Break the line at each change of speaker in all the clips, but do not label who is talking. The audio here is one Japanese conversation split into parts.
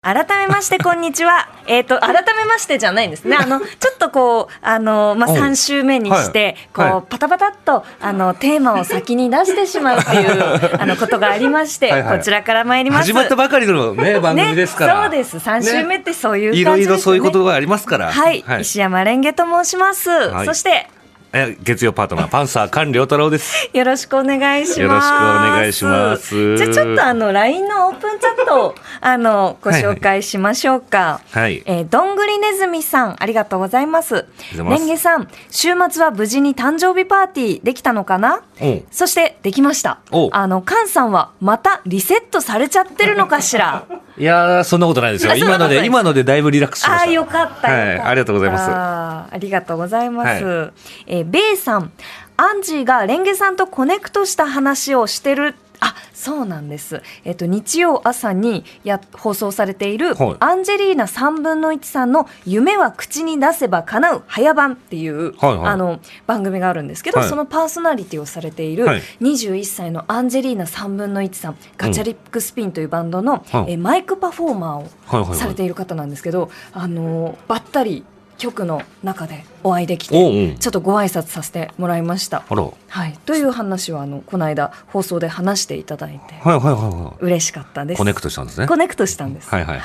改めまして、こんにち は。えっと、改めましてじゃないんですね。あの、ちょっとこう、あの、まあ、
うん
3週目にして、
はいは
こう、パタパタっと、あの、テーマを先に出してしまうって いう、あの、ことがありまして、
はいはい
こちらから参ります。
始まったばかりのね、番組ですから。
ね、そうです。3週目ってそういう感じです、
いろ
ね
いろそういうことがありますから。
はい、石山レンゲと申します。
い
そして、
え月曜パートナー、パンサー菅良太郎です。
よろしくお願いします。
よろしくお願いします
じゃあちょっとあの LINE のオープンチャットを あのご紹介しましょうか。
はい
えーどんぐりねずみさんありがとうございます。
りがとうござ
レン
います
ゲさん週末は無事に誕生日パーティーできたのかな
うん？
そしてできました
お。
あの菅さんはまたリセットされちゃってるのかしら。
いやー、そんなことないですよ。
あそんなこ
今
と
の
ない
で、今のでだいぶリラックスしま
あ
した。
あー、よかった。
はい
よかった
ありがとうございます
あーありがとうございます。
は
えーベイさん、アンジーがレンゲさんとコネクトした話をしてる。あそうなんです、えっと日曜朝にや放送されている
はい
アンジェリーナ3分の1さんの「夢は口に出せば叶う早番」っていう、
はいはい
あの番組があるんですけど、
はい
そのパーソナリティをされている
はい
21歳のアンジェリーナ3分の1さんガチャリックスピンというバンドの、
はい
えーマイクパフォーマーを
はいはいはい
されている方なんですけど、あのーばったり局の中でお会いでき
おうお
て
う
ちょっとご挨拶させてもらいました。
あら。はい
はい、という話はあのこの間放送で話していただいて
はいはいは
嬉しかったで
い。
す。
コネクトしたんですね。
コネクトしたんです。
はいはい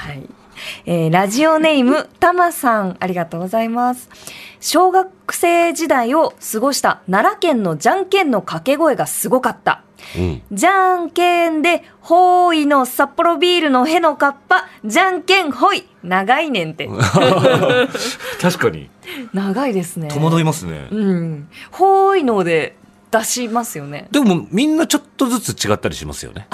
えーラジオネーム、たまさん、ありがとうございます。小学生時代を過ごした奈良県のじゃんけんの掛け声がすごかった。
うん。
じゃんけんで、ほーいの札幌ビールのへのかっぱ、じゃんけんほい、長いねんって。
確かに。
長いですね。
いますね。
うん。ほーいので出しますよね。
でも、みんなちょっとずつ違ったりしますよね。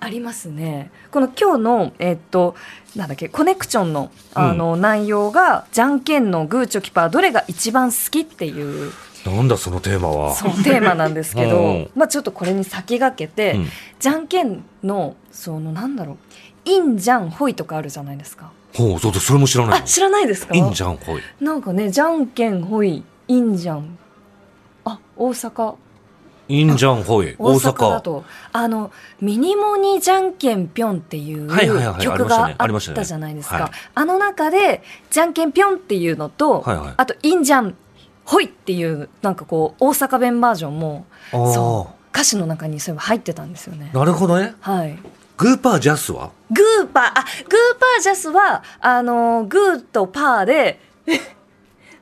ありますね。この今日の、えっと、なんだっけ、コネクションの、あの、内容が、じゃんけんのグーチョキパー、どれが一番好きっていう、
なんだそのテーマは。
そう、テーマなんですけ
う
ど
ん、
まあちょっとこれに先駆けて、
うん
じゃんけんの、その、なんだろう、インじゃんほいとかあるじゃないですか。
ほう、そうだ、それも知らない
あ、
の。
知らないですか
いいんじゃん、ほい。
なんかね、じゃんけんほい、インじゃん。あ、大阪。
いいんじゃん、ほい。大
大阪だ
阪。
とあのミニモニじゃんけんぴょんっていう
はいはいはい
曲
ありましたね
があ
ありまし
った
ね
たじゃないです
はい
か。あの中でじゃんけんぴょんっていうのと、
はいはい
あとインじゃんほいっていうなんかこう大阪弁バージョンも
あ
そ
ー
う歌詞の中にそういえば入ってたんですよね。
なるほどね。
はい。
グーパージャスは
グーパーあグーパージャスはあのグーとパーで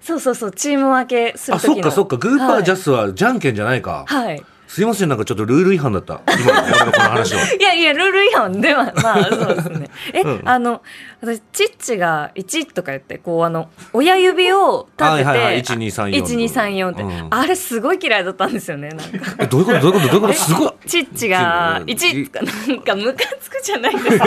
そうそうそうチーム分けする
あ、
時の
そっかそっか。グーパージャ
ス
スはじゃんけんじゃないか。
はい
すいません、なんかちょっとルール違反だった。今の俺のこの話を。
いやいや、ルール違反では、 まあ、そうですね。え、
うん
あの、私、チッチが1とか言って、こう、あの、親指を立てて、
はいはいはい1234
1234って、
うん
あれすごい嫌いだったんですよね、なんか。
え、どういうことどういうことどういうことすごい。
チッチが1とか、なんか、ムカつくじゃない ですか。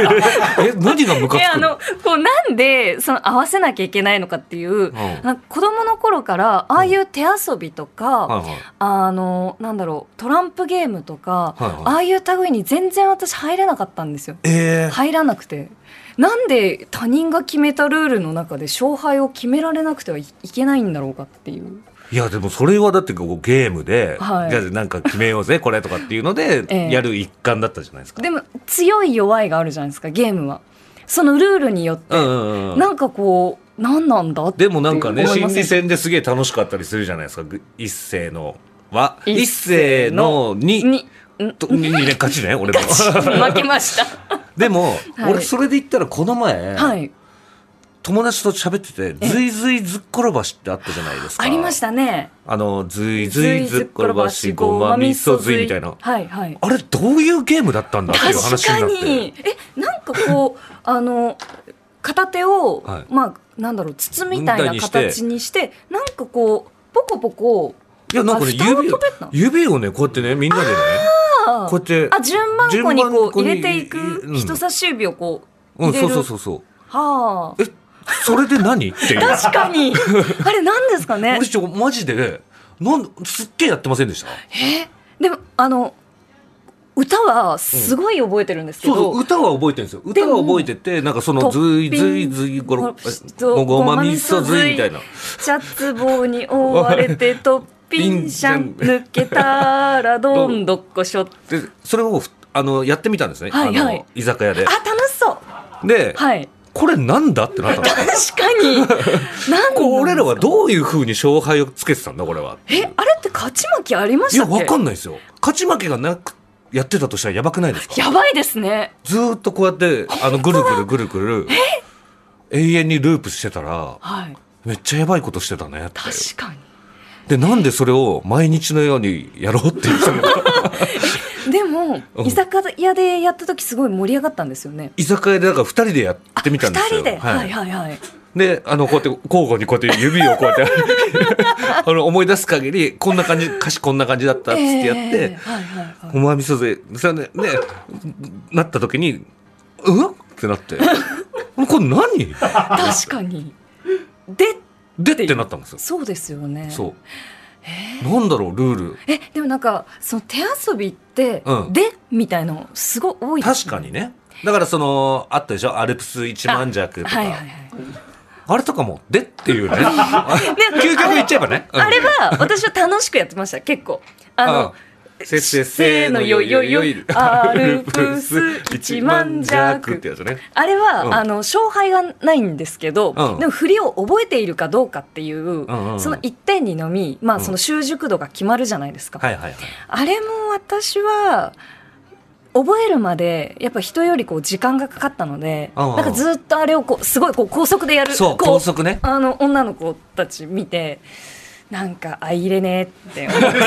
え、何がムカ
え、
つ
あ
くの
の、こう、なんで、その、合わせなきゃいけないのかっていう、なんか子供の頃から、ああいう手遊びとか、
はいはい。
あの、なんだろう、トランプゲームとか、
はいはい
ああいう類に全然私入れなかったんですよ。
えー
入らなくてなんで他人が決めたルールの中で勝敗を決められなくてはいいけないんだろうかっていう
いやでもそれはだってこうゲームで、
はい
じゃあなんか決めようぜこれとかっていうので
ええ
やる一環だったじゃないですか。
でも強い弱いがあるじゃないですかゲームはそのルールによって
うんうんうんうん
なんかこう何なんだって
でもなんかね
思いま
心
せん
理戦ですげえ楽しかったりするじゃないですかぐ一世のは
一
一
世
世
の
のに
にん
とにね勝ちね俺の
負けま した
でも、
はい
俺それで言ったらこの前、
はい
友達と喋っててずいずいずっころばしってあったじゃないですか
ありましたね
あのずいずいずっころばしごまみそずいみたいな
はいはい
あれどういうゲームだったんだっていう
確か
話になって
にえなんかこう あの片手を、
はい
まあなんだろう筒みたいな
みたいにして
形にしてなんかこうポコポコ
いやなんかね
あ蓋を
指を
止めた
指をねこうやってねみんなでね
あ
こうやって
あ順番こにこ
順番
う
こに
入れてい
い
く
いうん
人差し指をこう入
うん
れる、
そうそうそうそう
はあ
えそれで何っていう
確か にあれなんですかね
俺ちょマジでなんすっげえやってませんでした
えでもあの歌はすごい覚えてるんですけ
そう
ど、
そう歌は覚えてるんですよ
で
歌
も
は覚えててなんかそ
ト
のず
ッ
い
ピン
ずいずいごろ
ご
ご
ご
ま
まみ
み
そ
そ
ず
ず
い
いみたいな
シャツ棒に覆われてトッピンシャン 抜けたらどんどっこしょっ
でそれをふあのやってみたんですね
はいはい
あの居酒屋で
あ楽しそう
で
はい
これなんだってなったの
確かに。 なんで
こう俺らはどういうふうに勝敗をつけてたんだこれは
え、あれって勝ち負けありま
い
し
や
たっけ
わかんないですよ勝ち負けがなくやってたとしたらやばくないですか
やばいですね。
ずーっとこうやってあのぐるぐるぐるぐる永遠にループしてたら
はい。
めっちゃやばいことしてたねって
確かに。
でなんでそれを毎日のようにやろうって言って たのか
でも、
うん
居酒屋でやった時すごい盛り上がったんですよね。
居酒屋でなんか2人でやってみたんです
二
よ
人で、
は
はいい、はいはい。
であのこうやって交互にこうやって指をこうやってあの思い出す限りこんな感じ歌詞こんな感じだったっつってやっ
ええ
て
はいはいはい。
お前みそでそれねねなった時に「うん?」ってなって「これ何?」
確かに。で、
でってなったんですよ。
そうですよね。
そう、なんだろうルール
え、でもなんか、その手遊びって、
うん
で、みたいなの、すごい多いです
確かにねだからそのあったでしょアルプス一万弱とかあ,、
はいはいはい。
れとかも「で」っていうね究極言っちゃえばね
あれは、私は楽しくやってました、結構。あの、
うんせっせ
せ
っ
ー
せー
の
の
よ
よ
いよ
よ
いよい
いよい
アルプス一万弱
ってやつね
あれは、
うん
あの勝敗がないんですけど、
うん
でも振りを覚えているかどうかっていう、
んうん
その1点にのみ、まあ、
うん
その習熟度が決まるじゃないですか、
はいはいはい
あれも私は覚えるまでやっぱ人よりこう時間がかかったので、
うんうん
なんかずっとあれをこうすごいこう高速でやる
そう
こ
高速ね
あの女の子たち見てなんかあ入れねえって思って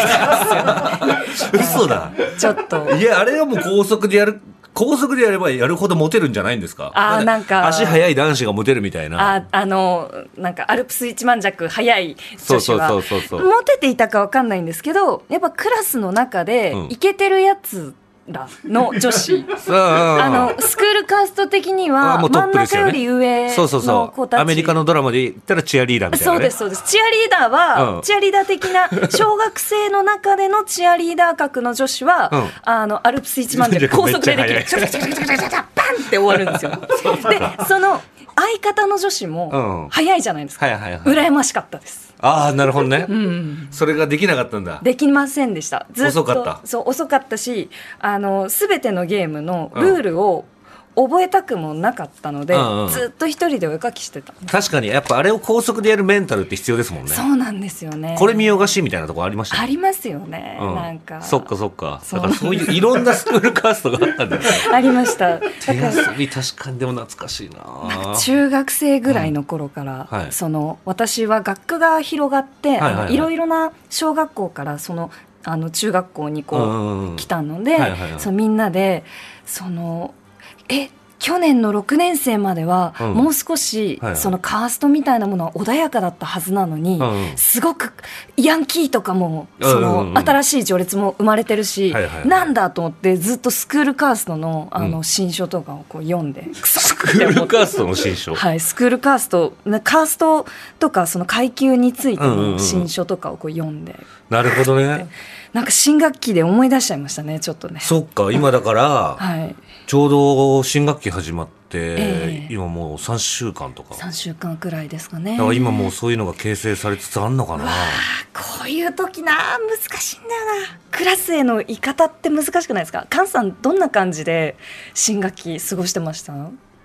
嘘だ
ちょっと。
いやあれはもう高速でやる高速でやればやるほどモテるんじゃないんですか
あーなんか
足速い男子がモテるみたいな
ああのなんかアルプス一万弱早い女子は
そうそうそうそうそう
モテていたかわかんないんですけどやっぱクラスの中で
うん
イケてるやつらの女子あ
あ
のスクールカースト的に
あ
は
もうト
真
ッ
ん
プで
中
すよ
よ
ね
り上
そうそう
の
そ
子
う
たち
アメリカのドラマで言ったらチアリーダーみたいな、
そ
ね、
うですそうですチアリーダーは、
うん
チアリーダー的な小学生の中でのチアリーダー格の女子は、
うん
あのアルプス一万で高速ででき
め
る
っちゃ速い
チャチャチャチャチャチャチャバンって終わるんですよでその相方の女子
う
も
ん
早いじゃないですか、
はいはいはい
羨ましかったです
ああなるほどね、
うん
それができなかったんだ
できませんでしたずっと
遅かった
そう遅かったしあの全てのゲームのルールを覚えたくもなかったので、
うんうん
ずっと一人でお絵描きしてた、
確かにやっぱあれを高速でやるメンタルって必要ですもんね
そうなんですよね
これ見よがしみたいなとこありました
あ
ね
りますよね、
うん
なんか
そっかそっか
そう
だからそういういろんなスクールカーストがあったんだ よね
ありま しただか
手
ら
遊び確かにでも懐かしいな
なんか中学生ぐらいの頃から、
はい
その私は学区が広がって、
はいはいは
あ
い
のいろいろな小学校からそのあの中学校にこう、
うん
来たので、
はいはいはい
そのみんなでそのえ去年の6年生までは、
うん
もう少し、
はいはい
そのカーストみたいなものは穏やかだったはずなのに、
うん
すごくヤンキーとかも
うん
その、
うんうん
新しい序列も生まれてるし、
はいはいはい
なんだと思ってずっとスクールカーストのあの、
うん
新書とかをこう読んで
スクールカーストの新書
はい、スクールカーストなカーストとかその階級について
うんうんう
の
ん
新書とかをこう読んで、
なるほどね
なんか新学期で思い出しちゃいましたねちょっとね。
そっか今だから
はい
ちょうど新学期始まって
ええ
今もう3週間とかだ
3週間くらいですかね
から今もうそういうのが形成されつつあんのかな
こういう時な難しいんだよなクラスへの言い方って難しくないですか菅さんどんな感じで新学期過ごしてました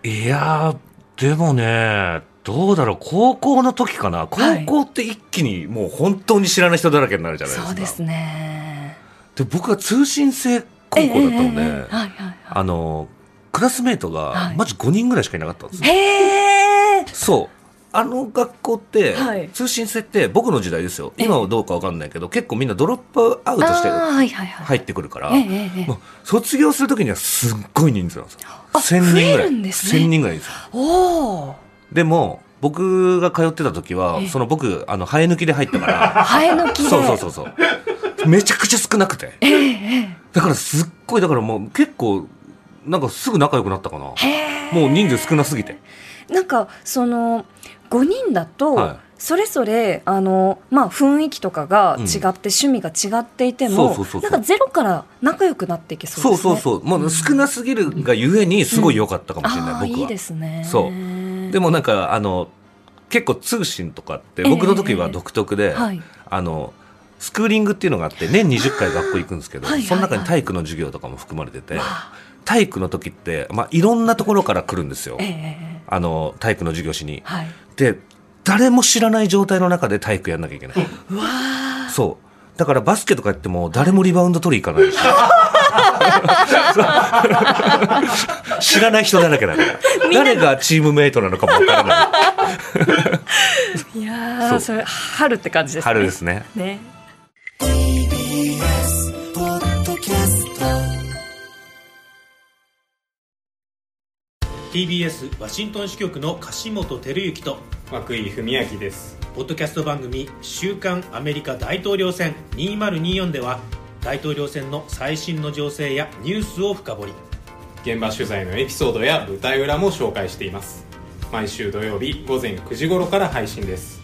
いやーでもねどうだろう高校の時かな
はい
高校って一気にもう本当に知らない人だらけになるじゃないですか
そうですね
で僕は通信制高校だったの
えええ
で、
えええはいはいは
あのクラスメート
は
が
い
まず5人ぐらいしかいなかったんですよ、
いへえ
そうあの学校って、
はい
通信制って僕の時代ですよ
ええ
今はどうかわかんないけど結構みんなドロップアウトして
あーはいはいはい
入ってくるから、
ええええええ
もう卒業する時にはすっごい人数なんですよ
あ
1000人ぐ
増え
ら
る
い、
んですね
1000人ぐらいですよ
おお
でも僕が通ってた時は、
ええ
その僕あの生え抜きで入った から
生え抜きで
そうそうそうそうめちゃくちゃ少なくて
えええ
だからすっごいだからもう結構なんかすぐ仲良くなったかな
えへえ
もう人数少なすぎて
なんかその5人だと、
はい
それぞれあの、まあ、雰囲気とかが違って、趣味が違っていても
そうそうそうそう
なんかゼロから仲良くなっていけそう
そう
ですね。
そうそうもう少なすぎるがゆえにすごい良かったかもしれない、
ああ
僕は。
いいですね。
そうで
も、
もなんかあの結構通信とかって
ええ
僕の時は独特で、
はい、
あのスクーリングっていうのがあって年20回学校行くんですけど
はいはいはい
その中に体育の授業とかも含まれてて体育の時って、まあ、いろんなところから来るんですよ
えええ
あの体育の授業しに
え。はい。
で誰も知らない状態の中で体育やんなきゃいけない。
うわあ。
そう。だからバスケとかやっても誰もリバウンド取り行かないし。 知らない人だらけだから。誰がチームメイトなのかもわからない。
いや
そ
ー
う
それ春って感じですね。
春ですね。
ね。
TBS ワシントン支局の樫本照之と
涌井文明です
ポッドキャスト番組「週刊アメリカ大統領選2024」では大統領選の最新の情勢やニュースを深掘り
現場取材のエピソードや舞台裏も紹介しています毎週土曜日午前9時頃から配信です